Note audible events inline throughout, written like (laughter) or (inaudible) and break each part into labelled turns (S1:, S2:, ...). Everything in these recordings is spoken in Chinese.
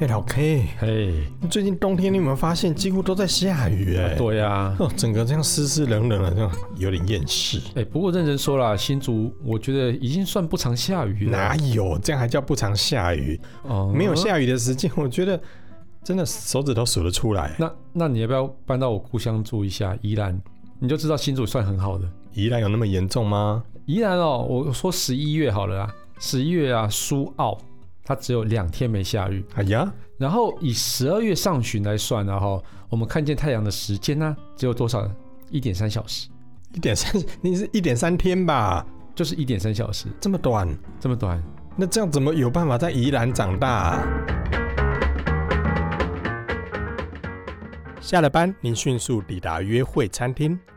S1: 哎、老 K，
S2: 嘿，
S1: 最近冬天你有没有发现几乎都在下雨、哎、
S2: 啊对呀、
S1: 哦，整个这样湿湿冷冷的，这样有点厌世。
S2: 哎、不过认真说啦，新竹我觉得已经算不常下雨了，
S1: 哪有这样还叫不常下雨？
S2: 哦
S1: 没有。下雨的时间，我觉得真的手指头数得出来。
S2: 那那你要不要搬到我故乡住一下？宜兰，你就知道新竹算很好的。
S1: 宜兰有那么严重吗？
S2: 宜兰哦，我说十一月好了啦，十一月啊，苏澳它只有两天没下雨，
S1: 哎呀，
S2: 然后以十二月上旬来算啊，哈，我们看见太阳的时间呢、只有多少？一点三小时，
S1: 一点三，你是一点三天吧？
S2: 就是一点三小时，
S1: 这么短，
S2: 这么短。
S1: 那这样怎么有办法在宜兰长大啊、下了班，您迅速抵达约会餐厅，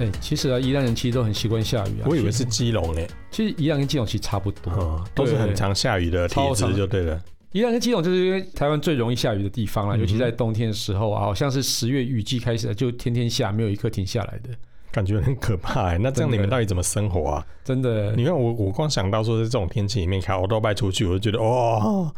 S2: 哎、其实啊，宜兰人其实都很习惯下雨啊。
S1: 我以为
S2: 其实
S1: 是，基隆诶、
S2: 其实宜兰跟基隆其实差不多。
S1: 嗯，都是很常下雨的体
S2: 超
S1: 质
S2: 常
S1: 就对了。
S2: 宜兰跟基隆就是因为台湾最容易下雨的地方啦，
S1: 嗯哼
S2: 尤其在冬天的时候啊，好像是十月雨季开始就天天下，没有一刻停下来的，
S1: 感觉很可怕哎、那这样你们到底怎么生活啊？
S2: 真的。
S1: 你看我，我光想到说在这种天气里面开 o u t 出去，我就觉得哦，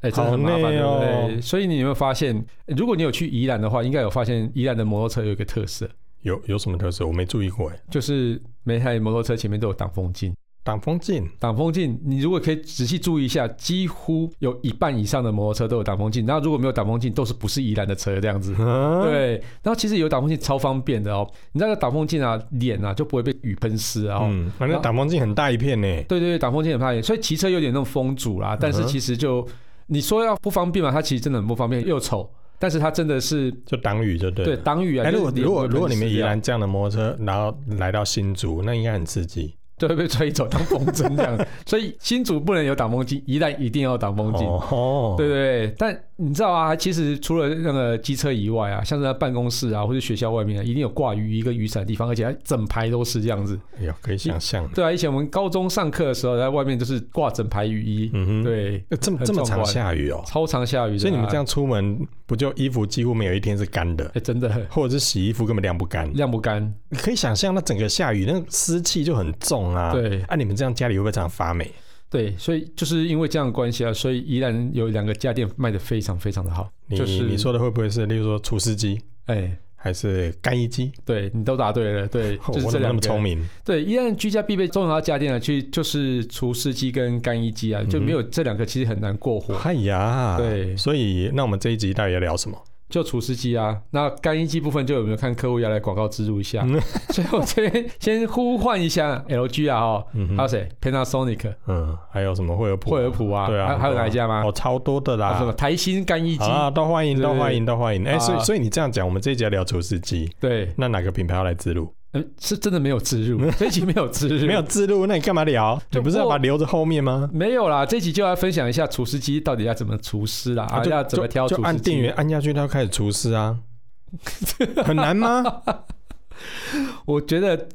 S2: 哎、真的很麻
S1: 好
S2: 烦，
S1: 累
S2: 对
S1: 哦
S2: 不对？所以你有没有发现，哎如果你有去宜兰的话，应该有发现宜兰的摩托车有一个特色，
S1: 有有什么特色？我没注意过哎、
S2: 就是每台摩托车前面都有挡风镜。
S1: 挡风镜
S2: 挡风镜，你如果可以仔细注意一下，几乎有一半以上的摩托车都有挡风镜。那如果没有挡风镜，都是不是宜兰的车这样子。
S1: 对，
S2: 对，然后其实有挡风镜超方便的哦，你知道挡风镜啊，脸啊就不会被雨喷湿啊、哦。
S1: 嗯，反正挡风镜很大一片呢、欸
S2: 对对对，挡风镜很方便，所以骑车有点那种风阻
S1: 嗯
S2: 啦。但是其实就、你说要不方便嘛，它其实真的很不方便，又丑，但是它真的是
S1: 就挡雨就对
S2: 对
S1: 了。
S2: 挡雨啊。
S1: 哎、
S2: 就
S1: 如
S2: 是
S1: 果
S2: 脸
S1: 如
S2: 不
S1: 果
S2: 会
S1: 如果
S2: 喷
S1: 你们
S2: 湿
S1: 宜
S2: 啊
S1: 兰这样的摩托车，然后来到新竹，那应该很刺激。
S2: 就会被吹走当风筝这样，所以新竹不能有挡风镜，宜兰一定要有挡风镜。
S1: 哦，
S2: 对对对，但你知道啊，其实除了那个机车以外啊，像是在办公室啊，或者学校外面啊，一定有挂雨衣跟雨伞的地方，而且它整排都是这样子。
S1: 哎呦，可以想象。
S2: 对啊，以前我们高中上课的时候，在外面就是挂整排雨衣，
S1: 嗯哼，，
S2: 对，
S1: 这么
S2: 很
S1: 这么
S2: 壮
S1: 常
S2: 观
S1: 下雨哦、
S2: 超常下雨的啊、
S1: 所以你们这样出门，不就衣服几乎没有一天是干的
S2: 哎、，真的
S1: 或者是洗衣服根本晾不干。
S2: 晾不干。
S1: 你可以想象，那整个下雨，那个湿气就很重啊。，
S2: 对
S1: 啊，你们这样家里会不会常发霉？
S2: 对，所以就是因为这样的关系啊，所以宜兰有两个家电卖的非常非常的好，
S1: 你、
S2: 就是
S1: 你说的会不会是，例如说除湿机
S2: 哎、
S1: 还是干衣机？
S2: 对你都答对了，对，
S1: 哦
S2: 就
S1: (laughs)
S2: 是
S1: 我
S2: 这
S1: 怎么那
S2: 两
S1: 么
S2: 个。
S1: 聪明？
S2: 对，依然居家必备重要家电啊，其实就是除湿机跟干衣机啊，
S1: 嗯
S2: 就没有这两个其实很难过火。
S1: 哎呀，
S2: 对
S1: 所以那我们这一集到底要聊什么？
S2: 就除湿机啊，那干衣机部分就有没有看客户要来广告植入一下？
S1: 嗯
S2: (laughs) 所以我这边先呼唤一下 LG 啊，哦，
S1: 嗯哼
S2: 还有谁？Panasonic、
S1: 嗯，还有什么惠而浦？
S2: 惠而浦啊，
S1: 对啊，
S2: 还还有哪一家
S1: 很
S2: 吗
S1: 多啊？哦，超多的
S2: 啊，什么
S1: 啦。
S2: 台新干衣机？
S1: 啊，都欢迎，
S2: 对
S1: 都
S2: 对对
S1: 欢迎，都欢迎！哎，
S2: 啊
S1: 所以所以你这样讲，我们这一集要聊除湿机，
S2: 对，
S1: 那哪个品牌要来自录？
S2: 嗯，是真的没有植入，这一集没有植
S1: 嗯 (laughs)
S2: 入，
S1: 没有自录，那你干嘛聊？你
S2: 就
S1: 不是要
S2: 我
S1: 把它留着后面吗？
S2: 没有啦，这一集就要分享一下除湿机到底要怎么除湿啦，啊，
S1: 就
S2: 要怎么挑
S1: 就就
S2: 除湿
S1: 按电
S2: 机
S1: 源。按下去，它就开始除湿
S2: (laughs)
S1: 啊，很难吗？
S2: 我觉得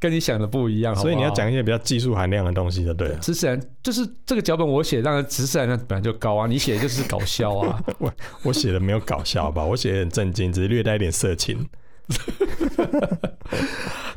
S2: 跟你想的不一样，
S1: 所以你要
S2: 好不好啊
S1: 讲一些比较技术含量的东西就对
S2: (laughs)
S1: 了。
S2: 知识含就是这个脚本我写，当然知识含量本来就高啊，你写的就是搞笑
S1: (laughs)
S2: 啊，
S1: 我写的没有搞笑吧？我写的很震惊，只是略带一点色情。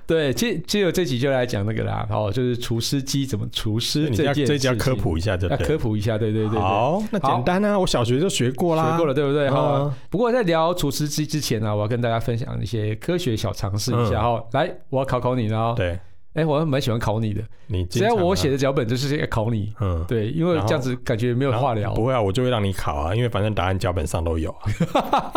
S2: 对，其实其实我这集就来讲那个啦，哦，就是厨师机怎么厨师
S1: 你
S2: 这
S1: 要
S2: 件
S1: 这
S2: 事
S1: 就要
S2: 情，
S1: 科普一下就
S2: 要
S1: 对
S2: 科
S1: 了。
S2: 普一下，对对对对，
S1: 好，那
S2: 好
S1: 简单啊，我小学就学过啦，
S2: 学过了，对不对？哈、啊
S1: 嗯
S2: 不过在聊厨师机之前呢、啊我要跟大家分享一些科学小常识一下哈、哦来，我要考考你了哦。
S1: 嗯对，
S2: 哎，我蛮喜欢考你的，
S1: 你
S2: 只
S1: 经
S2: 要
S1: 常啊
S2: 我写，的脚本就是要考你。
S1: 嗯，
S2: 对，因为
S1: 然后
S2: 这样子感觉没有
S1: 然后
S2: 话聊，
S1: 不会啊，我就会让你考啊，因为反正答案脚本上都有啊。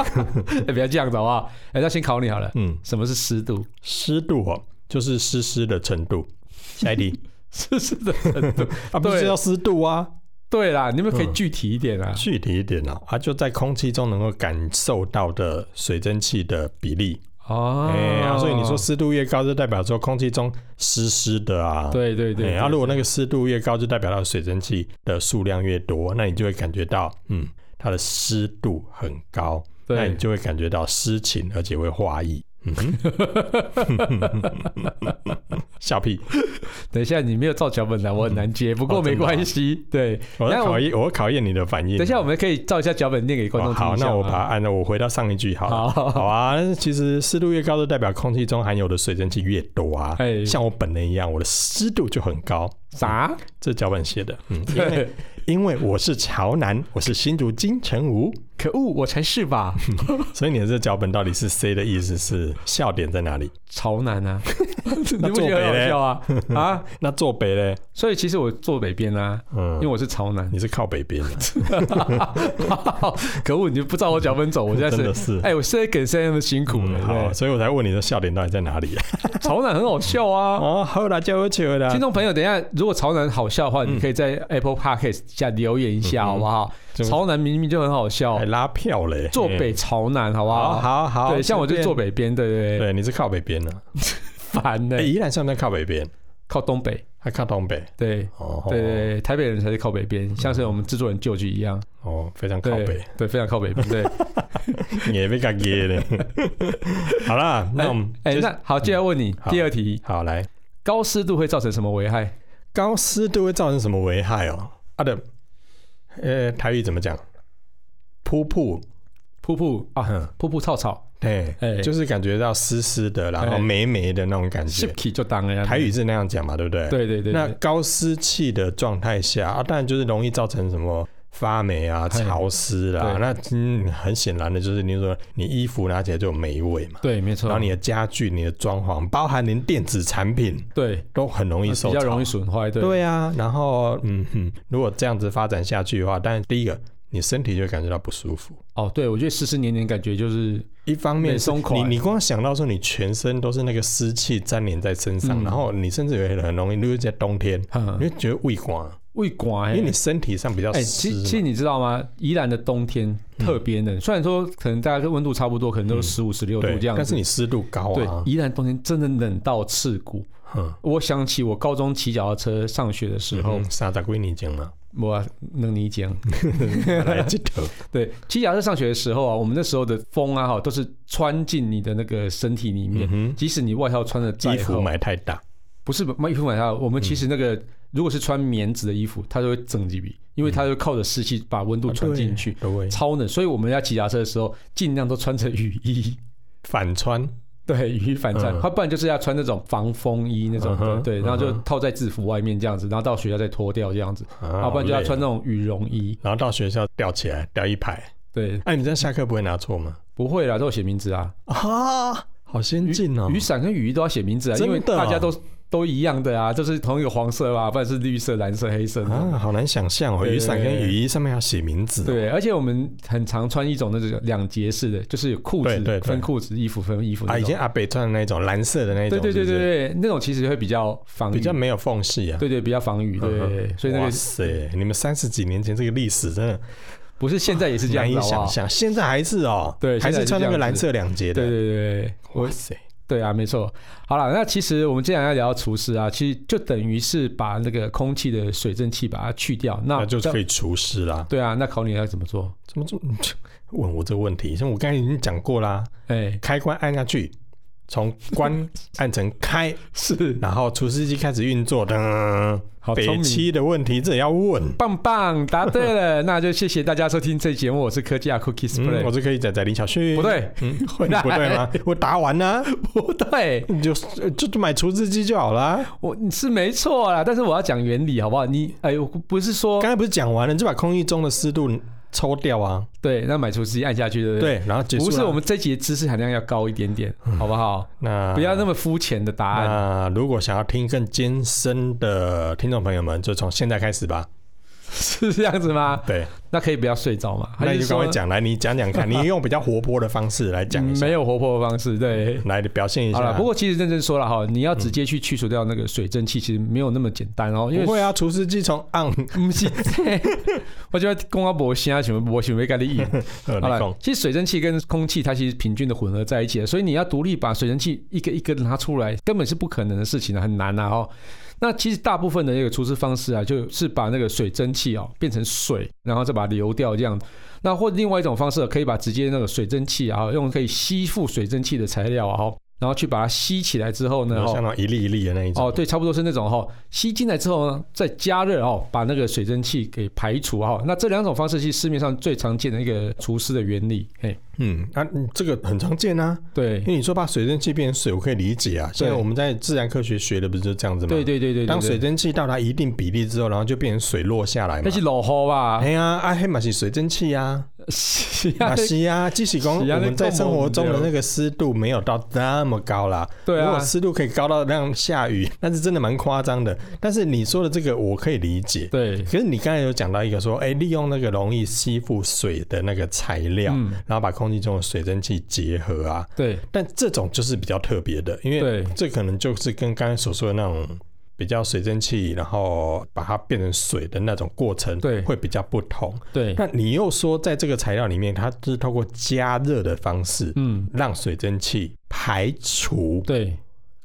S2: 哎不要这样子好不好？哎，那先考你好了，
S1: 嗯，
S2: 什么是湿度？ (laughs)
S1: 湿度哦，就是湿湿的程度。下一
S2: (laughs)
S1: 题
S2: 湿湿的程度。
S1: 啊，不
S2: 对
S1: 是要湿度啊，
S2: 对啦，你们可以
S1: 嗯
S2: 具体一点啊。
S1: 具体一点啊，啊，就在空气中能够感受到的水蒸气的比例。
S2: 哦
S1: 哎、啊，所以你说湿度越高，就代表说空气中湿湿的啊。
S2: 对对对，
S1: 哎啊，
S2: 对
S1: 如果那个湿度越高，就代表到水蒸气的数量越多，那你就会感觉到，嗯，它的湿度很高，那你哎
S2: 对 (laughs)
S1: 就会感觉到湿情，而且会化意。嗯哼笑屁！
S2: 等一下你没有照脚本来，我很难接，不过
S1: 哦真
S2: 没
S1: 的啊
S2: 关系。对，
S1: 我要
S2: 那我
S1: 考验，我要考验你的反应。
S2: 等一下我们可以照一下脚本念给观众
S1: 哦
S2: 听
S1: 好，
S2: 一下
S1: 那我
S2: 吗
S1: 把它按照我回到上一句好了。
S2: 好
S1: 好啊，但是其实湿度越高，就代表空气中含有的水蒸气越多啊。
S2: 哎
S1: 像我本人一样，我的湿度就很高。
S2: 啥？
S1: 这脚本写的，
S2: (laughs)
S1: 嗯，因为
S2: 对，
S1: 因为我是潮男，我是新竹金城武，
S2: 可恶，我才
S1: (laughs)
S2: 是吧，
S1: 所以你的这脚本到底是 C 的意思是笑点在哪里？
S2: 潮男啊，你
S1: (laughs) 那
S2: 不
S1: 坐
S2: 觉得
S1: 北
S2: 很好
S1: 嘞
S2: 笑
S1: (laughs)
S2: 啊？啊，
S1: 那坐北嘞，
S2: 所以其实我坐北边啊，因为
S1: 嗯，
S2: 我是潮
S1: (laughs)
S2: 男。
S1: 你是靠北边的，
S2: 可恶，你就不照我脚本走，我现在
S1: 真
S2: 是
S1: 的是。
S2: 哎、我现在梗现在那么辛苦
S1: 嗯
S2: 了，
S1: 好，
S2: 对
S1: 所以我才问你的笑点到底在哪里。
S2: 潮男很好笑啊。
S1: (laughs) 哦，好啦，叫我求啦
S2: 听，众朋友，等一下，如果潮男好笑的话，
S1: 啊嗯
S2: 你可以在 Apple Podcast 下留言一下，
S1: 嗯嗯
S2: 好不好？
S1: 就
S2: 潮男明明就很好笑
S1: 还，哎拉票嘞，
S2: 坐北朝南，好不
S1: 哎好
S2: 好？
S1: 好好，
S2: 对，像我
S1: 随
S2: 就
S1: 便
S2: 坐北边，对对对，
S1: 对，你是靠北边的、啊
S2: 烦呢
S1: 哎、，宜兰算不算靠北边？
S2: 靠东北，
S1: 还靠东北？
S2: 对
S1: 哦，
S2: 对对，对台北人才是靠北边，像是我们制作人旧剧一样，
S1: 哦，非常靠
S2: 对
S1: 北，
S2: 对，非常靠北
S1: (laughs)
S2: 边，对。
S1: 也被干噎
S2: (laughs)
S1: 了。好啦，那我们
S2: 哎，
S1: 就是嗯
S2: 那好，接下来问你
S1: 好
S2: 第二题，
S1: 好来，
S2: 高湿度会造成什么危害？
S1: 高湿度会造成什么危害哦？啊的，呃，台语怎么讲？噗噗
S2: 瀑布啊，
S1: 啊，
S2: 瀑布草草，
S1: 对，
S2: 哎，
S1: 就是感觉到湿湿的，然后
S2: 哎
S1: 霉霉的那种感
S2: 湿
S1: 觉。
S2: 气就当了呀。
S1: 台语是那样讲嘛，对不对？。
S2: 对对对，
S1: 那
S2: 对
S1: 高湿气的状态下啊，当然就是容易造成什么发霉啊、
S2: 哎
S1: 潮湿啦。
S2: 对
S1: 那嗯，很显然的就是你说你衣服拿起来就有霉味嘛，
S2: 对，没错。
S1: 然后你的家具、你的装潢，包含连电子产品
S2: 对
S1: 都很容易
S2: 啊比
S1: 受
S2: 较容易
S1: 潮
S2: 损坏，对
S1: 对啊，然后嗯哼，如果这样子发展下去的话，当然第一个你身体就会感觉到不舒服。
S2: 哦，对，我觉得湿湿黏黏感觉就是
S1: 一方面
S2: 没
S1: 是
S2: 松垮
S1: 你你光想到说你全身都是那个湿气粘连在身上，
S2: 嗯
S1: 然后你甚至有很容易，尤其在冬天，
S2: 嗯
S1: 你会觉得胃寒。
S2: 胃刮，
S1: 因为你身体上比较
S2: 哎，
S1: 湿
S2: 其
S1: 嘛、
S2: 其实你知道吗？宜兰的冬天特别冷，虽然说可能大家跟温度差不多，可能都
S1: 嗯
S2: 是十五、十六度
S1: 对
S2: 这，样
S1: 但是
S2: 子。
S1: 你湿度高
S2: 对
S1: 啊，，
S2: 宜兰冬天真的冷到刺骨。
S1: 嗯，
S2: 我想起我高中骑脚踏车上学的时候，
S1: 沙子归你讲嘛，
S2: 我能理解。
S1: (laughs)
S2: 啊
S1: 嗯来这头，
S2: 对，骑脚踏车上学的时候啊，我们那时候的风啊，哈，都是穿进你的那个身体里面，
S1: 嗯
S2: 即使你外套穿的
S1: 哼，
S2: 再
S1: 衣服
S2: 厚
S1: 买太大，
S2: 不是买衣服买它，我们其实那个、如果是穿棉质的衣服，它就会整几笔，因为它就靠着湿气把温度传进去，
S1: 对，
S2: 超冷。所以我们要骑脚踏车的时候，尽量都穿着雨衣，
S1: 反穿，
S2: 对，雨衣反穿，
S1: 嗯
S2: 它不然就是要穿那种防风衣那种的，
S1: 嗯哼
S2: 对，然后就
S1: 嗯哼
S2: 套在制服外面这样子，然后到学校再脱掉这样子，
S1: 啊
S2: 要不然就要穿那
S1: 到，
S2: 种羽绒衣，
S1: 然后到学校吊起来，吊一排。
S2: 对，
S1: 哎、你这样下课不会拿错吗？
S2: 不会啦，都有写名字啊，
S1: 啊，好先进哦！
S2: 雨伞跟雨衣都要写名字啊，
S1: 真
S2: 因
S1: 的
S2: 为大家
S1: 啊
S2: 都。都一样的啊，就是同一个黄色啊，不然是绿色、蓝色、黑色的
S1: 啊，好难想象哦，
S2: 对
S1: 雨伞跟雨衣上面要写名字、哦。
S2: 对，而且我们很常穿一种那种两节式的，就是有裤
S1: 对对
S2: 子
S1: 对
S2: 分裤子，衣服分衣服
S1: 啊，
S2: 那
S1: 以
S2: 种。
S1: 前阿北穿的那种蓝色的那种，
S2: 对对
S1: 是
S2: 对对
S1: 不是，
S2: 对，那种其实会比较防
S1: 比较
S2: 雨，
S1: 没有缝隙啊。
S2: 对对，比较防雨，
S1: 嗯哼
S2: 对，所以那
S1: 哇
S2: 个
S1: 塞，你们三十几年前这个历史真的
S2: 不是现在也是这样
S1: 难以
S2: 子，好不
S1: 想
S2: 好？
S1: 象，现在还是哦，
S2: 对
S1: 还
S2: 现在
S1: 是
S2: 是
S1: 穿那
S2: 这
S1: 个
S2: 样子
S1: 蓝色两节的，
S2: 对对对，对我
S1: 哇塞，
S2: 对啊，没错。好了，那其实我们既然要聊到除湿啊，其实就等于是把那个空气的水蒸气把它去掉，那
S1: 那就
S2: 这样
S1: 可以除湿啦。
S2: 对啊，那考你要怎么做？
S1: 怎么做？问我这个问题，像我刚才已经讲过啦，
S2: 哎，
S1: 开关按下去，从关按成开，
S2: 是
S1: 然后除湿机开始运作。噔，
S2: 好聪
S1: 北
S2: 明。
S1: 七的问题这也要问。
S2: 棒棒，答对了， (laughs) 那就谢谢大家收听这节目，我是科技啊 Cookie
S1: 嗯，我
S2: Spray，、
S1: 是可以仔仔林小旭。
S2: 不，对，
S1: 嗯，
S2: (laughs)
S1: 会不对吗？我答完啦、
S2: 不对，
S1: 你就就就买除湿机就好啦。
S2: 我你是没错啦，但是我要讲原理好不好？你哎，我不是说
S1: 刚才不是讲完了，你就把空气中的湿度抽掉啊。
S2: 对，那买厨师机按下去，对不对？
S1: 对，然后结束啦。
S2: 不是我们这集的知识含量要高一点点，好不好？
S1: 那
S2: 不要那么肤浅的答案。
S1: 那如果想要听更艰深的听众朋友们，就从现在开始吧。
S2: 是这样子吗？
S1: 对，
S2: 那可以不要睡着嘛？
S1: 那
S2: 还
S1: 你
S2: 是
S1: 就赶快
S2: 说
S1: 讲来，你讲讲看，你用比较活泼的方式来讲一下，
S2: 没有活泼的方式，对。
S1: 来表现一下。
S2: 好了，不过其实认真说了哈，你要直接去去除掉那个水蒸气，其实没有那么简单哦，因为
S1: 不会啊，除湿机从 on
S2: 不是，我觉得公阿伯虾什么伯想要跟你演。
S1: 呃来
S2: 好了
S1: 讲，，
S2: 其实水蒸气跟空气它其实平均的混合在一起的，所以你要独立把水蒸气一个一个拿出来，根本是不可能的事情啊，很难啊哦。那其实大部分的那个除湿方式啊，就是把那个水蒸气哦变成水，然后再把它流掉这样。那或者另外一种方式，可以把直接那个水蒸气啊，用可以吸附水蒸气的材料啊，哦然后去把它吸起来之后呢，
S1: 然后
S2: 哦
S1: 像那种一粒一粒的那一种。
S2: 哦，对，差不多是那种哈、吸进来之后呢，再加热哦，把那个水蒸气给排除哈、那这两种方式是市面上最常见的一个除湿的原理。嘿，
S1: 嗯，啊，嗯这个很常见啊，
S2: 对
S1: 因，为你说把水蒸气变成水，我可以理解啊。现在我们在自然科学学的不是就这样子吗？
S2: 对对对对对，
S1: 当
S2: 对
S1: 水，蒸气到达一定比例之后，然后就变成水落下来嘛
S2: 那。是落雨
S1: (laughs)
S2: 吧？
S1: 哎呀，啊，黑嘛是水蒸气啊，
S2: 是啊
S1: (laughs)
S2: (laughs)
S1: 啊，是啊，只是讲我
S2: 是啊
S1: 们在生活中的那个湿度没有到那么高啦。
S2: 对
S1: 如
S2: 啊
S1: 果，湿度可以高到让下雨，那是真的蛮夸张的。但是你说的这个我可以理解。
S2: 对，
S1: 可是你刚才有讲到一个说，哎、利用那个容易吸附水的那个材料，
S2: 嗯，
S1: 然后把空气中的水蒸气结合啊，
S2: 对
S1: 但这种就是比较特别的，因为
S2: 对
S1: 这可能就是跟刚才所说的那种比较水蒸气，然后把它变成水的那种过程，
S2: 对
S1: 会比较不同。
S2: 对，
S1: 那你又说在这个材料里面，它是透过加热的方式
S2: 嗯，
S1: 让水蒸气排除，
S2: 对，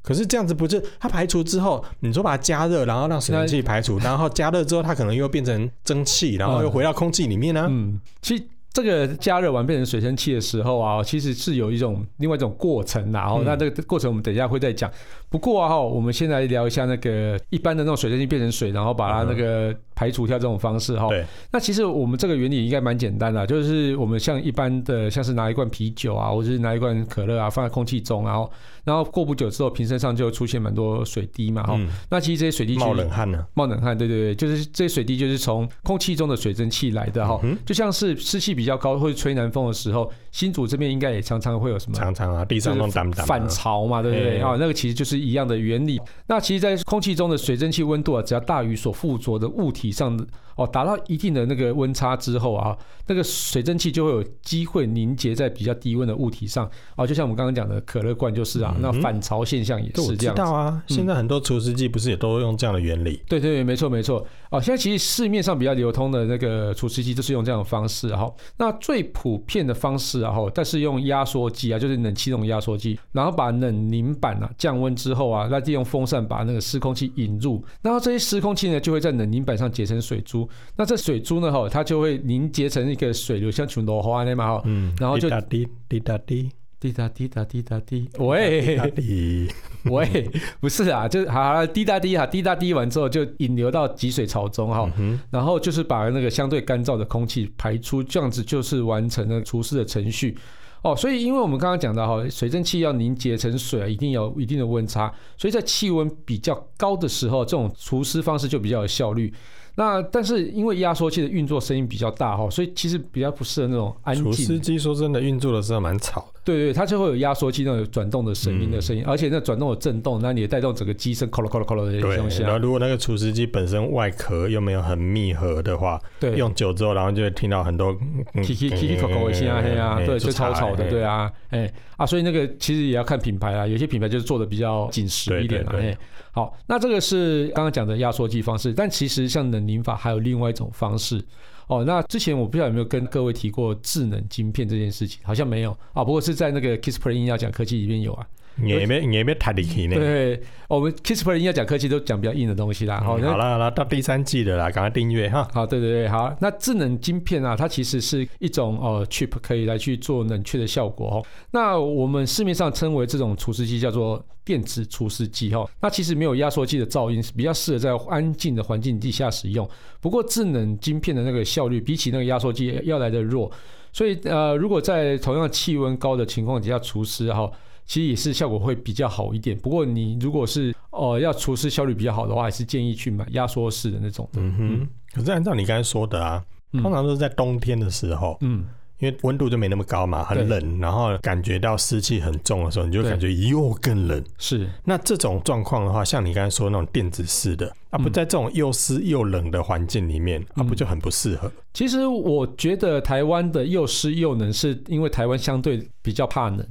S1: 可是这样子不是它排除之后，你说把它加热，然后让水蒸气排除，然后加热之后它可能又变成蒸汽，然后又回到空气里面呢、啊
S2: (laughs) 嗯，其实。这个加热完变成水蒸气的时候啊，其实是有一种另外一种过程啦。哦、
S1: 嗯
S2: 那这个过程我们等一下会再讲。不过啊，哦我们先来聊一下那个一般的那种水蒸气变成水，然后把它那个排除掉这种方式哈、哦
S1: 嗯对，
S2: 那其实我们这个原理应该蛮简单的啊，就是我们像一般的，像是拿一罐啤酒啊，或者是拿一罐可乐啊，放在空气中啊，然后然后过不久之后，瓶身上就出现蛮多水滴嘛。哈、哦
S1: 嗯，
S2: 那其实这些水滴
S1: 冒
S2: 其实
S1: 冷汗啊呢、
S2: 冒冷汗，对对对，就是这些水滴就是从空气中的水蒸气来的哈、
S1: 嗯
S2: 就像是湿气比较高或者吹南风的时候，新竹这边应该也常常会有什么。
S1: 常常啊，地
S2: 嗯就
S1: 上
S2: 是
S1: 弄挡挡、啊，
S2: 反潮嘛，对不对？
S1: 嘿
S2: 啊、那个其实就是一样的原理。那其实，在空气中的水蒸气温度啊，只要大于所附着的物体上的哦，达到一定的那个温差之后啊，那个水蒸气就会有机会凝结在比较低温的物体上啊。就像我们刚刚讲的可乐罐就是啊，
S1: 嗯
S2: 那反潮现象也
S1: 这我
S2: 是这
S1: 知
S2: 样子。
S1: 道啊，
S2: 嗯
S1: 现在很多除湿剂不是也都用这样的原理？
S2: 对对，对没错没错。哦，现在其实市面上比较流通的那个除湿机就是用这样的方式哈、那最普遍的方式啊，哈，但是用压缩机啊，就是冷气那种压缩机，然后把冷凝板啊降温之后啊，那利用风扇把那个湿空气引入，然后这些湿空气呢就会在冷凝板上结成水珠。那这水珠呢，哈，它就会凝结成一个水流，像群落花那嘛哈。
S1: (laughs) 嗯，
S2: 然后就
S1: 滴答滴滴答滴，
S2: 滴答滴答滴答滴，
S1: 滴
S2: 喂
S1: 答滴，
S2: 喂， (laughs) 不是啊，就是好好滴答滴哈，滴答滴完之后就引流到集水槽中哈、
S1: 嗯哼，
S2: 然后就是把那个相对干燥的空气排出，这样子就是完成了除湿的程序。哦，所以因为我们刚刚讲到哈，水蒸气要凝结成水啊，一定有一定的温差，所以在气温比较高的时候，这种除湿方式就比较有效率。那但是因为压缩器的运作声音比较大哈，所以其实比较不适合那种安
S1: 除
S2: 静
S1: 湿机说真的运作的时候蛮吵的，
S2: 对对，它就会有压缩机那种转动的声音的声音，而且那转动有震动，那你也带动整个机身，咯咯咯咯咯的东西
S1: 然后
S2: 啊。
S1: 如果那个除湿机本身外壳又没有很密合的话，
S2: 对，
S1: 用久之后，然后就会听到很多嗯
S2: 起起起起口口的声啊，嘿啊，对，就超吵的，对
S1: 啊，
S2: 啊，哎啊，所以那个其实也要看品牌啦，有些品牌就是做的比较紧实一点啦，
S1: 对对对
S2: 哎，好，那这个是刚刚讲的压缩机方式，但其实像冷凝法还有另外一种方式。哦，那之前我不知道有没有跟各位提过智能晶片这件事情，好像没有啊。不过是在那个 Kissplay 音要讲科技里面有啊。
S1: 也没也没太离奇呢。
S2: 对，啊我们 Kissplay 音要讲科技都讲比较硬的东西啦。
S1: 嗯好
S2: 好，
S1: 了
S2: 那
S1: 好了，到第三季的啦，赶快订阅哈。
S2: 好，对对对，好。那智能晶片啊，它其实是一种呃 chip 可以来去做冷却的效果哦。那我们市面上称为这种除湿机叫做电子除湿机哦。那其实没有压缩机的噪音，是比较适合在安静的环境底下使用。不过智能晶片的那个效率比起那个压缩机要来的弱，所以呃，如果在同样气温高的情况底下除湿哈、其实也是效果会比较好一点，不过你如果是呃要除湿效率比较好的话，还是建议去买压缩式的那种的。
S1: 嗯哼，可是按照你刚才说的啊，
S2: 嗯
S1: 通常都是在冬天的时候，
S2: 嗯，
S1: 因为温度就没那么高嘛，很
S2: 对
S1: 冷，然后感觉到湿气很重的时候，你就
S2: 对
S1: 感觉又更冷。
S2: 是，
S1: 那这种状况的话，像你刚才说那种电子式的，啊，
S2: 嗯
S1: 不在这种又湿又冷的环境里面，啊，
S2: 嗯
S1: 不就很不适合？
S2: 其实我觉得台湾的又湿又冷，是因为台湾相对比较怕冷。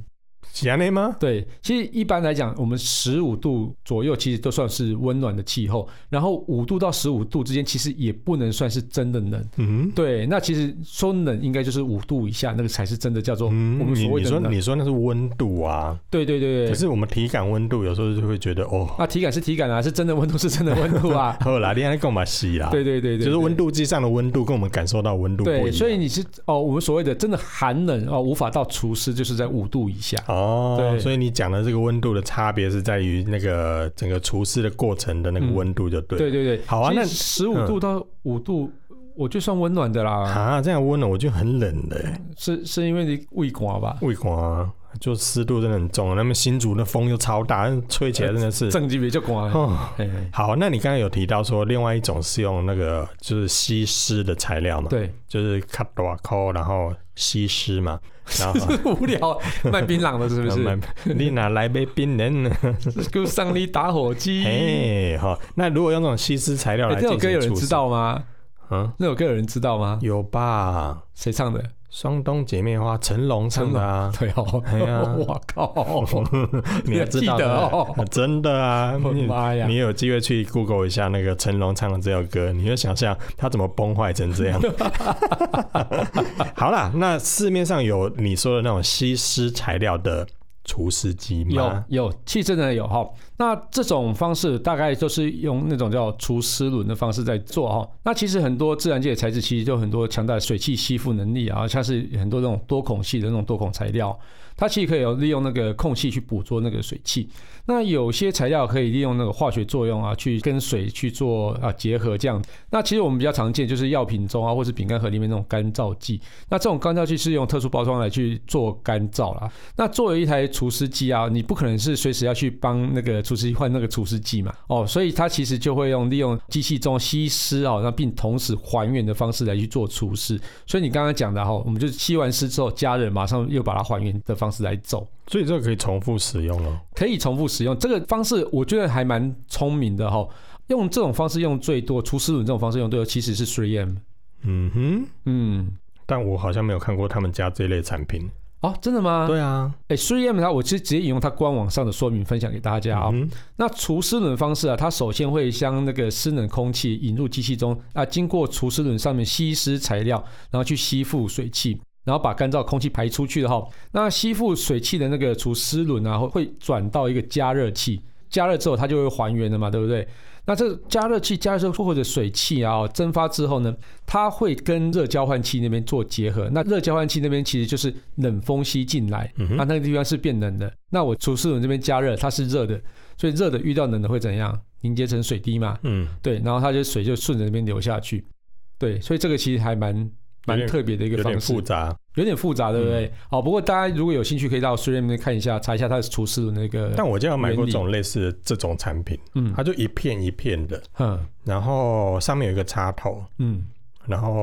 S1: 喜安内吗？
S2: 对，其实一般来讲，我们十五度左右其实都算是温暖的气候，然后五度到十五度之间，其实也不能算是真的冷。
S1: 嗯，
S2: 对，那其实说冷应该就是五度以下，那个才是真的叫做我
S1: 嗯，
S2: 们
S1: 你
S2: 所谓
S1: 你
S2: 的
S1: 说
S2: 冷。
S1: 你说那是温度啊，
S2: 对对对
S1: 可
S2: 对，
S1: 是我们体感温度有时候就会觉得
S2: (laughs)
S1: 哦，。
S2: 那体感是体感啊，是真的温度是真的温度啊
S1: (laughs) 好啦，你还干嘛洗啦？
S2: 对对对
S1: 就
S2: 对，
S1: 是
S2: 对
S1: 温度计上的温度跟我们感受到温度不一
S2: 对，
S1: 样。
S2: 所以你是哦，我们所谓的真的寒冷哦，无法到除湿，就是在五度以下。
S1: 哦
S2: 对，
S1: 所以你讲的这个温度的差别是在于那个整个除湿的过程的那
S2: 嗯
S1: 个温度，就对。
S2: 对对对，
S1: 好啊那
S2: 十五度到五度，我就算温暖的啦，
S1: 啊，这样温了我就很冷的欸，
S2: 是是因为你胃寡吧？
S1: 胃寒啊，就湿度真的很重。那么新竹的风又超大，吹起来真的是。
S2: 正级别就寡。
S1: 哦，
S2: 嘿嘿
S1: 好，那你刚才有提到说，另外一种是用那个就是吸湿的材料嘛，
S2: 对，
S1: 就是卡多扣，然后吸湿
S2: (laughs)
S1: 嘛，然后
S2: 无聊卖槟榔的，是
S1: (laughs)
S2: 不是？
S1: 你哪来杯冰
S2: (laughs)
S1: 人？
S2: 就上力打火机。
S1: 哎，好，那如果用这种吸湿材料
S2: 哎
S1: 来，进
S2: 这
S1: 行
S2: 首歌有人
S1: 除
S2: 知
S1: 湿
S2: 道吗？
S1: 嗯，
S2: 那首歌有人知道吗？
S1: 有吧？
S2: 谁唱的？
S1: 双冬姐妹花，成龙唱的啊。
S2: 对哦
S1: 哎呀，
S2: (laughs) 我靠！
S1: (laughs) 你还知道
S2: (laughs) 你还记得
S1: 的
S2: 哦
S1: 真的啊！
S2: (laughs) 我
S1: (laughs)
S2: 的
S1: 你
S2: 妈呀
S1: 你有机会去 Google 一下那个成龙唱的这首歌，你会想象他怎么崩坏成
S2: (laughs)
S1: 这样。好啦，那市面上有你说的那种吸湿材料的除湿机
S2: 有
S1: 吗？
S2: 有，其实真的有哈。那这种方式大概就是用那种叫除湿轮的方式在做哈。那其实很多自然界的材质其实就有很多强大的水汽吸附能力啊，像是很多那种多孔系的那种多孔材料，它其实可以有利用那个空隙去捕捉那个水汽。那有些材料可以利用那个化学作用啊，去跟水去做啊结合这样。那其实我们比较常见就是药品中啊，或是饼干盒里面那种干燥剂。那这种干燥剂是用特殊包装来去做干燥啦。那作为一台除湿机啊，你不可能是随时要去帮那个除湿机换那个除湿机嘛，哦，所以它其实就会用利用机器中吸湿啊、哦，那并同时还原的方式来去做除湿。所以你刚刚讲的哈、哦，我们就是吸完湿之后，加热马上又把它还原的方式来走。
S1: 所以这个可以重复使用哦。
S2: 可以重复使用这个方式，我觉得还蛮聪明的哈、用这种方式用最多，除湿轮这种方式用最多其实是 3M。
S1: 嗯哼，
S2: 嗯，
S1: 但我好像没有看过他们家这类产品。
S2: 哦，真的吗？
S1: 对啊，
S2: 哎，3M 它我其实直接引用它官网上的说明分享给大家啊、
S1: 嗯哼
S2: 那除湿轮方式啊，它首先会将那个湿冷空气引入机器中啊，经过除湿轮上面吸湿材料，然后去吸附水汽。然后把干燥空气排出去了哈，那吸附水汽的那个除湿轮啊，会会转到一个加热器，加热之后它就会还原了嘛，对不对？那这个加热器加热之后或者水汽啊、哦蒸发之后呢，它会跟热交换器那边做结合。那热交换器那边其实就是冷风吸进来，
S1: 嗯
S2: 啊，
S1: 哼，
S2: 那个地方是变冷的。那我除湿轮这边加热，它是热的，所以热的遇到冷的会怎样？凝结成水滴嘛。
S1: 嗯，
S2: 对，然后它就水就顺着那边流下去。对，所以这个其实还蛮蛮
S1: 点
S2: 特别的一个
S1: 有点
S2: 方式，
S1: 复杂。嗯
S2: 有点复杂，对不对？好，不过大家如果有兴趣，可以到 3M 那边看一下，查一下它的除湿的那个。
S1: 但我家有买过
S2: 原理
S1: 这种类似的这种产品，
S2: 嗯
S1: 它就一片一片的，
S2: 嗯
S1: 然后上面有一个插头，
S2: 嗯
S1: 然后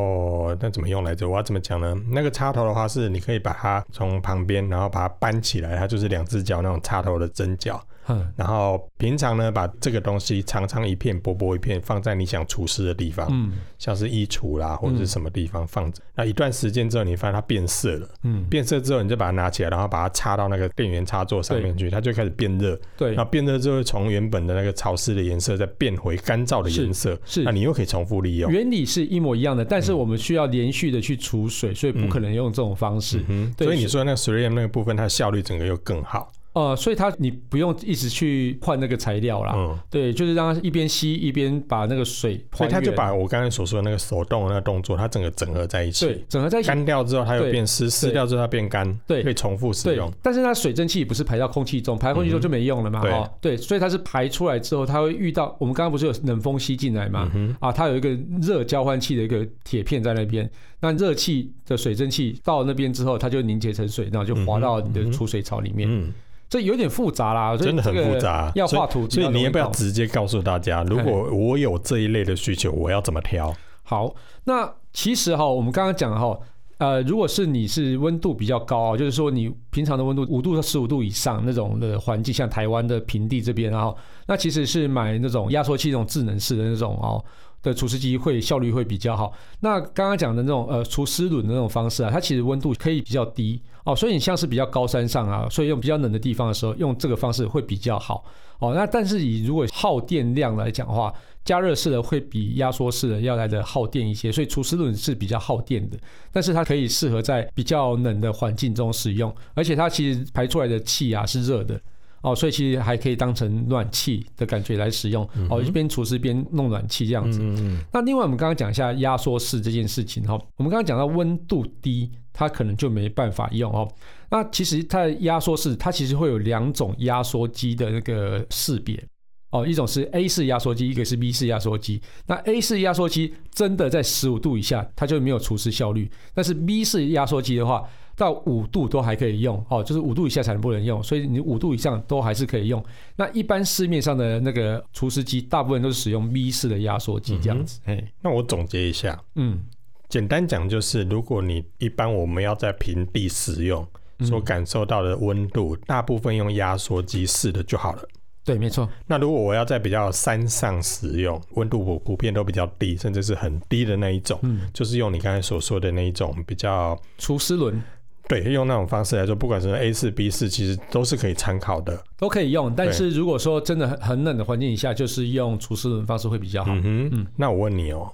S1: 呃那怎么用来着？我要怎么讲呢？那个插头的话是你可以把它从旁边，然后把它搬起来，它就是两只脚那种插头的针脚。
S2: 嗯
S1: 然后平常呢，把这个东西长长一片、薄薄一片放在你想除湿的地方，
S2: 嗯
S1: 像是衣橱啦或者是什么地方放着。那、一段时间之后，你发现它变色了，
S2: 嗯，
S1: 变色之后你就把它拿起来，然后把它插到那个电源插座上面去，它就开始变热。
S2: 对
S1: 那，变热之后，从原本的那个潮湿的颜色再变回干燥的颜色，
S2: 是
S1: 那你嗯又可以重复利用。
S2: 原理是一模一样的，但是我们需要连续的去除水，所以不可能用这种方式。
S1: 嗯，
S2: 对
S1: 所以你说那个 3M 那个部分，它的效率整个又更好。
S2: 呃，所以它你不用一直去换那个材料啦，
S1: 嗯，
S2: 对，就是让它一边吸一边把那个水还
S1: 所以
S2: 原，
S1: 它就把我刚才所说的那个手动的那个动作，它整个整合在一起。
S2: 对整合在一起。
S1: 干掉之后，它又变湿；湿
S2: 对
S1: 掉之后，它变干。
S2: 对
S1: 可以重复使
S2: 对
S1: 用。，
S2: 但是它水蒸气不是排到空气中，排到空气中就没用了嘛，
S1: 嗯哼
S2: 哦，对，所以它是排出来之后，它会遇到我们刚刚不是有冷风吸进来嘛，
S1: 嗯
S2: 啊，它有一个热交换器的一个铁片在那边，那热气的水蒸气到那边之后，它就凝结成水，然后就滑到你的储水槽里面，
S1: 嗯，
S2: 这有点复杂啦，所以
S1: 真的很
S2: 这个
S1: 复杂。啊
S2: 要
S1: 所以
S2: 画图比较
S1: 所以
S2: 容易搞，哎
S1: 你要不要直接告诉大家，如果我有这一类的需求，我要怎么挑？
S2: 好，那其实哈，我们刚刚讲哈，呃，如果是你是温度比较高啊，就是说你平常的温度五度到十五度以上那种的环境，像台湾的平地这边啊，那其实是买那种压缩器那种智能式的那种哦。的除湿机会效率会比较好。那刚刚讲的那种呃除湿轮的那种方式啊，它其实温度可以比较低哦，所以你像是比较高山上啊，所以用比较冷的地方的时候，用这个方式会比较好哦。那但是以如果耗电量来讲的话，加热式的会比压缩式的要来的耗电一些，所以除湿轮是比较耗电的，但是它可以适合在比较冷的环境中使用，而且它其实排出来的气啊是热的。哦，所以其实还可以当成暖气的感觉来使用。哦，一边除湿边弄暖气这样子。
S1: 嗯
S2: 那另外我们刚刚讲一下压缩式这件事情哈、哦，我们刚刚讲到温度低，它可能就没办法用哦。那其实它的压缩式，它其实会有两种压缩机的那个识别。哦，一种是 A 式压缩机，一个是 B 式压缩机。那 A 式压缩机真的在十五度以下，它就没有除湿效率。但是 B 式压缩机的话，到五度都还可以用哦，就是五度以下才能不能用，所以你五度以上都还是可以用。那一般市面上的那个除湿机，大部分都是使用 V 式的压缩机这样子。哎、
S1: 那我总结一下，
S2: 嗯，
S1: 简单讲就是，如果你一般我们要在平地使用
S2: 嗯
S1: 所感受到的温度，大部分用压缩机试的就好了。
S2: 对，没错，
S1: 那如果我要在比较山上使用，温度普普遍都比较低，甚至是很低的那一种，
S2: 嗯，
S1: 就是用你刚才所说的那一种比较
S2: 除湿轮
S1: 对，用那种方式来说，不管是 A 四 B 四，其实都是可以参考的。
S2: 都可以用，但是如果说真的很很冷的环境以下，就是用除湿轮方式会比较好。
S1: 嗯哼，
S2: 嗯
S1: 那我问你哦，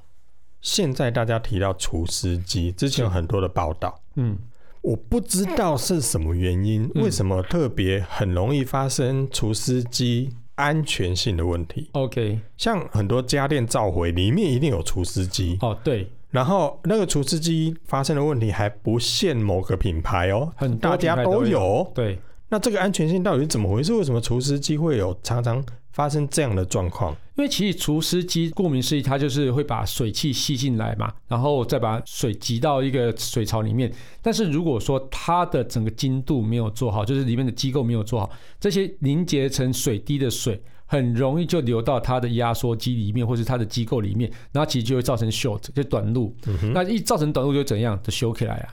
S1: 现在大家提到除湿机，之前有很多的报道，
S2: 嗯
S1: 我不知道是什么原因，
S2: 嗯
S1: 为什么特别很容易发生除湿机安全性的问题？
S2: ，OK，
S1: 像很多家电召回里面一定有除湿机，
S2: 哦，对，
S1: 然后那个除湿机发生的问题还不限某个品牌哦，
S2: 很多
S1: 大家
S2: 品牌
S1: 都
S2: 都有
S1: 有。
S2: 对。
S1: 那这个安全性到底是怎么回事？为什么除湿机会有常常发生这样的状况？
S2: 因为其实除湿机顾名思义，它就是会把水汽吸进来嘛，然后再把水集到一个水槽里面。但是如果说它的整个精度没有做好，就是里面的机构没有做好，这些凝结成水滴的水。很容易就流到它的压缩机里面，或是它的机构里面，然后其实就会造成 short，就短路。那一造成短路就怎样？就修起来啊。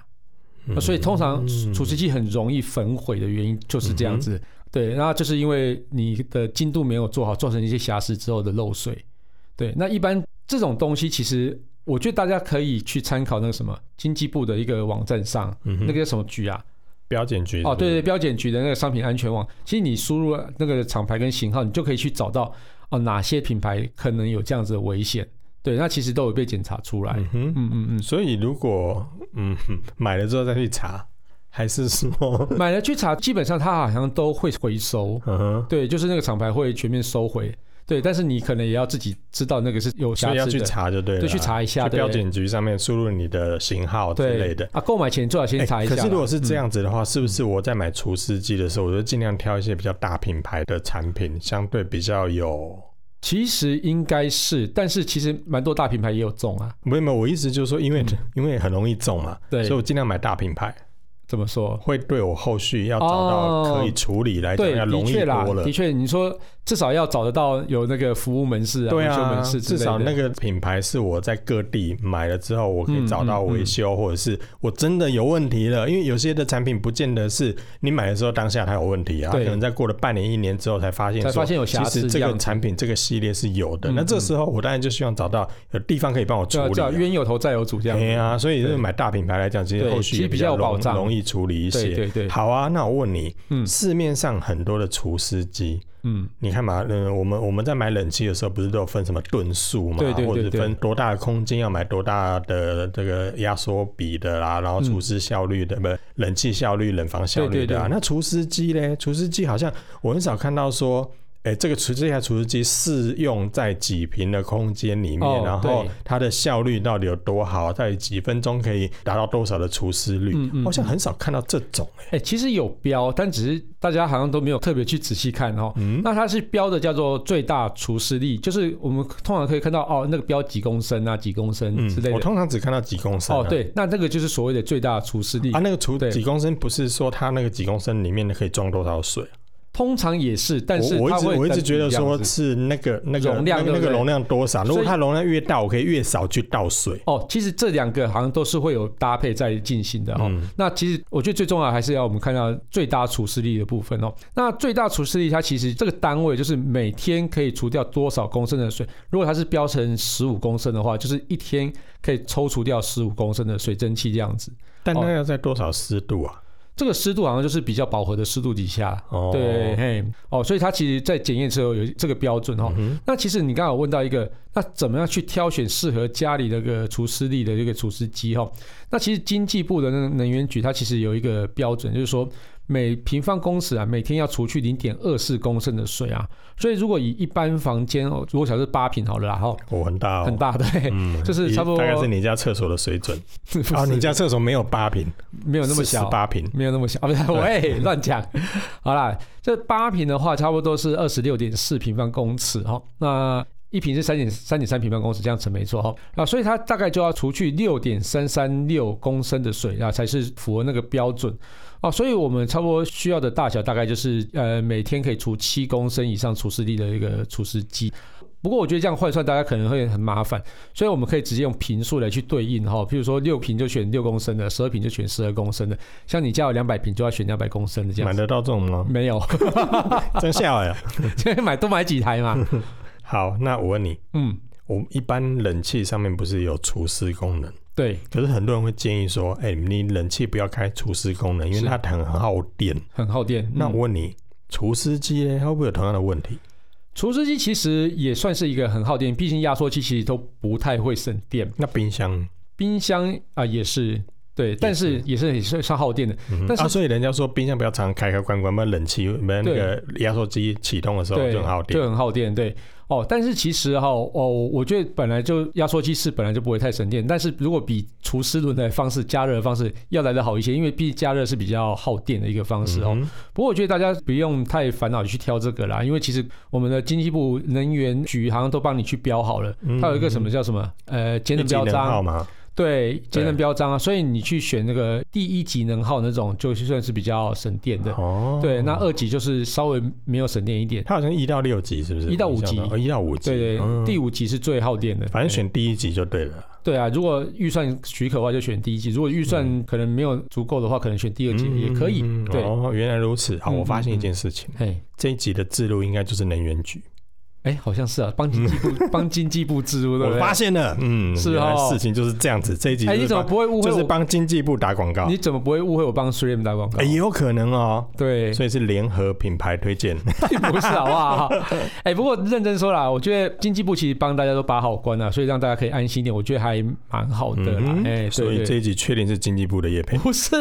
S2: 那所以通常除湿机很容易焚毁的原因就是这样子。对，那就是因为你的精度没有做好，造成一些瑕疵之后的漏水。对，那一般这种东西，其实我觉得大家可以去参考那个什么经济部的一个网站上，
S1: 嗯哼
S2: 那个叫什么局啊？
S1: 标检局
S2: 哦，对
S1: 是
S2: 对，标检局的那个商品安全网，其实你输入那个厂牌跟型号，你就可以去找到哦哪些品牌可能有这样子的危险。对，那其实都有被检查出来
S1: 不。是，嗯哼。
S2: 嗯嗯嗯。
S1: 所以如果嗯哼买了之后再去查，还是
S2: (laughs)
S1: 说，，
S2: 买了去查，基本上它好像都会回收
S1: 嗯哼，
S2: 对，就是那个厂牌会全面收回，对，但是你可能也要自己知道那个是有瑕
S1: 所以要
S2: 疵
S1: 去
S2: 的，
S1: 查就对了，
S2: 对，去查一下，
S1: 去标
S2: 对
S1: 检局上面输入你的型号之
S2: 对
S1: 类的。
S2: 啊，购买前最好先
S1: 哎
S2: 查一下啦。
S1: 可是如果是这
S2: 嗯，
S1: 样子的话，是不是我在买除湿机的时候，我就尽量挑一些比较大品牌的产品，相对比较有？
S2: 其实应该是，但是其实蛮多大品牌也有中啊。
S1: 没有没有，我意思就是说，因为、
S2: 嗯
S1: 因为很容易中嘛，
S2: 对
S1: 所以我尽量买大品牌，
S2: 怎么说？
S1: 会对我后续要找到
S2: 哦
S1: 可以处理来哎讲
S2: 对，
S1: 要
S2: 的
S1: 容易
S2: 确啦
S1: 多，了
S2: 的。确，你说至少要找得到有那个服务门市啊、维
S1: 对
S2: 修
S1: 啊，
S2: 门市之
S1: 至
S2: 类的，
S1: 少那个品牌是我在各地买了之后，我可以
S2: 嗯
S1: 找到
S2: 嗯
S1: 维
S2: 嗯
S1: 修，或者是我真的有问题了。因为有些的产品不见得是你买的时候当下它有问题啊，它可
S2: 对
S1: 能在过了半年一年之后才发现
S2: 才
S1: 说
S2: 发现有瑕疵
S1: 其实这
S2: 这样
S1: 个
S2: 子
S1: 产品这个系列是有的。
S2: 嗯
S1: 那这时候我当然就希望找到有地方可以帮我处
S2: 对啊
S1: 理、
S2: 叫冤有头债有主这样子。
S1: 对啊，所以就是
S2: 对
S1: 买大品牌来讲，其实
S2: 对
S1: 后续
S2: 其实
S1: 也
S2: 比较有
S1: 容
S2: 保障
S1: 容易处理一些。
S2: 对对对，
S1: 好啊，那我问你，
S2: 嗯
S1: 市面上很多的除湿机，
S2: 嗯，
S1: 你看嘛，嗯，我们我们在买冷气的时候，不是都有分什么吨数嘛，
S2: 对对对
S1: 或者是
S2: 对
S1: 分多大的空间要买多大的这个压缩比的啦，然后除湿效率的，不、冷气效率、冷房效率的、啊。
S2: 嗯对对对
S1: 那除湿机嘞，除湿机好像我很少看到说。哎，这个除这台除湿机适用在几平的空间里面，
S2: 哦
S1: 然后
S2: 对
S1: 它的效率到底有多好，到底几分钟可以达到多少的除湿率？
S2: 嗯嗯
S1: 好像很少看到这种、哎
S2: 哎、其实有标，但只是大家好像都没有特别去仔细看哦。
S1: 嗯
S2: 那它是标的叫做最大除湿力，就是我们通常可以看到哦，那个标几公升啊，几公升之类
S1: 嗯我
S2: 的。
S1: 通常只看到几公升、啊。
S2: 哦，对，那这个就是所谓的最大除湿力。
S1: 啊，那个除
S2: 对
S1: 几公升不是说它那个几公升里面可以装多少水？
S2: 通常也是，但是
S1: 我我一
S2: 它
S1: 直
S2: 会
S1: 我一直
S2: 跟
S1: 觉得
S2: 不样
S1: 说
S2: 子
S1: 是那个那个
S2: 容量
S1: 那个那
S2: 对不
S1: 个
S2: 对
S1: 容量多少，如
S2: 所
S1: 果
S2: 以
S1: 它容量越大，我可以越少去倒水。
S2: 哦，其实这两个好像都是会有搭配在进行的哦。
S1: 嗯
S2: 那其实我觉得最重要还是要我们看到最大除湿力的部分哦。那最大除湿力它其实这个单位就是每天可以除掉多少公升的水。如果它是标成十五公升的话，就是一天可以抽除掉十五公升的水蒸气这样子。
S1: 但那要在多少湿度啊？
S2: 这个湿度好像就是比较饱和的湿度底下，
S1: 哦
S2: 对，嘿，哦，所以它其实在检验之后有这个标准哦。
S1: 嗯
S2: 那其实你刚好问到一个，那怎么样去挑选适合家里的这个除湿力的这个除湿机哦？那其实经济部的那个能源局它其实有一个标准，就是说。每平方公尺啊，每天要除去零点二四公升的水啊，所以如果以一般房间哦，如果假设八平好了啦，哈，
S1: 我很大哦，
S2: 很，大对，
S1: 嗯，
S2: 就是差不多
S1: 大概是你家厕所的水准。
S2: (laughs) 不是
S1: 啊，你家厕所没有八平，
S2: 没有那么小，
S1: 八平，
S2: 没有那么小，啊、不是，喂，乱讲。 (laughs) 好啦，这八瓶的话，差不多是二十六点四平方公尺哈、哦。那一瓶是三点三点三平方公尺，这样乘没错哈、哦。啊，所以它大概就要除去六点三三六公升的水啊，才是符合那个标准。哦，所以我们差不多需要的大小大概就是呃，每天可以除七公升以上除湿力的一个除湿机。不过我觉得这样换算大家可能会很麻烦，所以我们可以直接用瓶数来去对应哈、哦。譬如说六瓶就选六公升的，十二瓶就选十二公升的，像你家有两百瓶就要选两百公升的这样
S1: 买
S2: 子。
S1: 得到这种吗？
S2: 没有， (laughs)
S1: 真笑哎！
S2: 现在买多买几
S1: (laughs)
S2: 台嘛。
S1: 好，那我问你，
S2: 嗯，
S1: 我们一般冷气上面不是有除湿功能？
S2: 对，
S1: 可是很多人会建议说，哎、你冷气不要开除湿功能，因为
S2: 是
S1: 它很耗电。
S2: 很耗电。
S1: 那
S2: 嗯
S1: 我问你，除湿机呢，会不会有同样的问题？
S2: 除湿机其实也算是一个很耗电，毕竟压缩机其实都不太会省电，
S1: 那冰箱，
S2: 冰箱啊、也是。对，但是也是也是算耗电的，
S1: 嗯
S2: 但是
S1: 啊，所以人家说冰箱不要常开开关关，不然冷气不然那个压缩机启动的时候
S2: 对，
S1: 就很耗
S2: 就
S1: 电。
S2: 很耗电，对。哦，但是其实哈、哦，我觉得本来就压缩机是本来就不会太省电，但是如果比除湿轮的方式、加热的方式要来的好一些，因为毕竟加热是比较耗电的一个方式哦。
S1: 嗯
S2: 不过我觉得大家不用太烦恼去挑这个啦，因为其实我们的经济部能源局好像都帮你去标好了，
S1: 嗯
S2: 它有一个什么叫什么呃节
S1: 一
S2: 能
S1: 级
S2: 标
S1: 能耗
S2: 章，
S1: 嘛，
S2: 对节
S1: 对
S2: 能标章啊，所以你去选那个第一级能耗那种，就算是比较省电的。
S1: 哦，
S2: 对，那二级就是稍微没有省电一点。
S1: 它好像一到六级是不是？
S2: 一到五级
S1: 我印象中哦一到五级，
S2: 对对，
S1: 嗯
S2: 第五级是最耗电的。
S1: 反正选第一级就对了。
S2: 对啊，如果预算许可的话，就选第一级；如果预算可能没有足够的话，可能选第二级
S1: 嗯
S2: 也可以。
S1: 嗯
S2: 对，
S1: 哦，原来如此。好，
S2: 嗯
S1: 我发现一
S2: 嗯
S1: 件事情，
S2: 哎
S1: 这一集的制录应该就是能源局。
S2: 哎，好像是啊，帮经济部帮经济部植入对
S1: 嗯
S2: 不
S1: (laughs) 我
S2: 对？
S1: 发现了，嗯，
S2: 是哦
S1: 原来事情就是这样子。这一集
S2: 哎，
S1: 就
S2: 你
S1: 是
S2: 怎么
S1: 帮
S2: 不会误会
S1: 就是
S2: 我？
S1: 帮经济部打广告
S2: 你，怎么不会误会我帮 3M 打广告
S1: 哎？也有可能哦， (laughs)
S2: 对， (laughs)
S1: 所以是联合品牌推荐。
S2: 并不是好不好？哎，不过认真说啦，我觉得经济部其实帮大家都把好关啊了，所以让大家可以安心一点，我觉得还蛮好的啦
S1: 嗯。
S2: 哎，
S1: 所
S2: 对
S1: 以
S2: 对
S1: 这一集确定是经济部的业配。(laughs)
S2: 不是，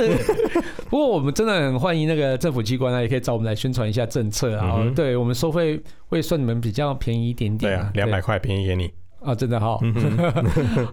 S2: 不过我们真的很欢迎那个政府机关啊，也可以找我们来宣传一下政策啊。
S1: 嗯哼
S2: 对我们收费会算你们比较便宜一点
S1: 对
S2: 点、
S1: 啊，两百嗯块便宜给你。
S2: 对啊，真的哈、 (laughs)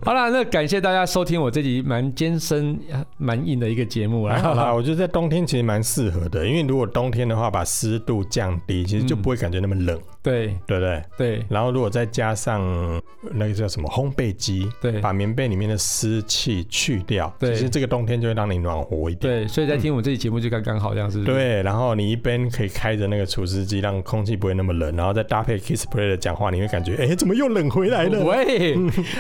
S2: 好啦，那感谢大家收听我这集蛮艰深、蛮硬的一个节目啊
S1: 还好啦，
S2: 啦。
S1: 我觉得在冬天其实蛮适合的，因为如果冬天的话，把湿度降低，其实就不会感觉那么冷，
S2: (laughs) 对
S1: 对不对？
S2: 对
S1: 然后如果再加上呃那个叫什么烘焙机，
S2: 对
S1: 把棉被里面的湿气去掉，
S2: 对
S1: 其实这个冬天就会让你暖和一点。
S2: 对，所以在听我们这期节目就刚刚好，这样是不是？
S1: 对，然后你一边可以开着那个除湿机，让空气不会那么冷，然后再搭配 Kiss Play 的讲话，你会感觉，哎，怎么又冷回来了？ (laughs)
S2: 喂，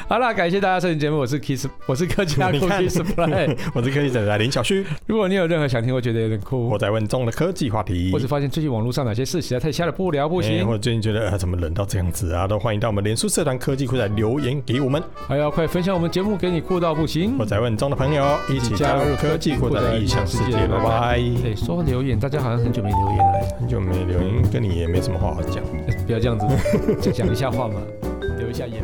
S2: 好啦，感谢大家收听节目，我是 Kiss，我是客家
S1: 你
S2: 酷
S1: 看
S2: Kiss Play。
S1: 我是科技仔仔林小旭，
S2: 如果你有任何想听，我觉得有点酷
S1: 我，在问中的科技话题
S2: 或。者发现最近网络上哪些事实在啊太瞎了，不聊不
S1: 哎
S2: 行
S1: 或。者最近觉得、呃、怎么冷到这样子啊，都欢迎到我们脸书社团科技酷仔留言给我们。
S2: 还要快分享我们节目给你酷到不行
S1: 我！在问中的朋友一起加入科技酷仔的异想世界，拜拜。
S2: 对，说到留言，大家好像很久没留言了， (laughs)
S1: 很久没留言，跟你也没什么话好讲。
S2: 不要这样子，就讲一下话嘛， (laughs) 留一下言。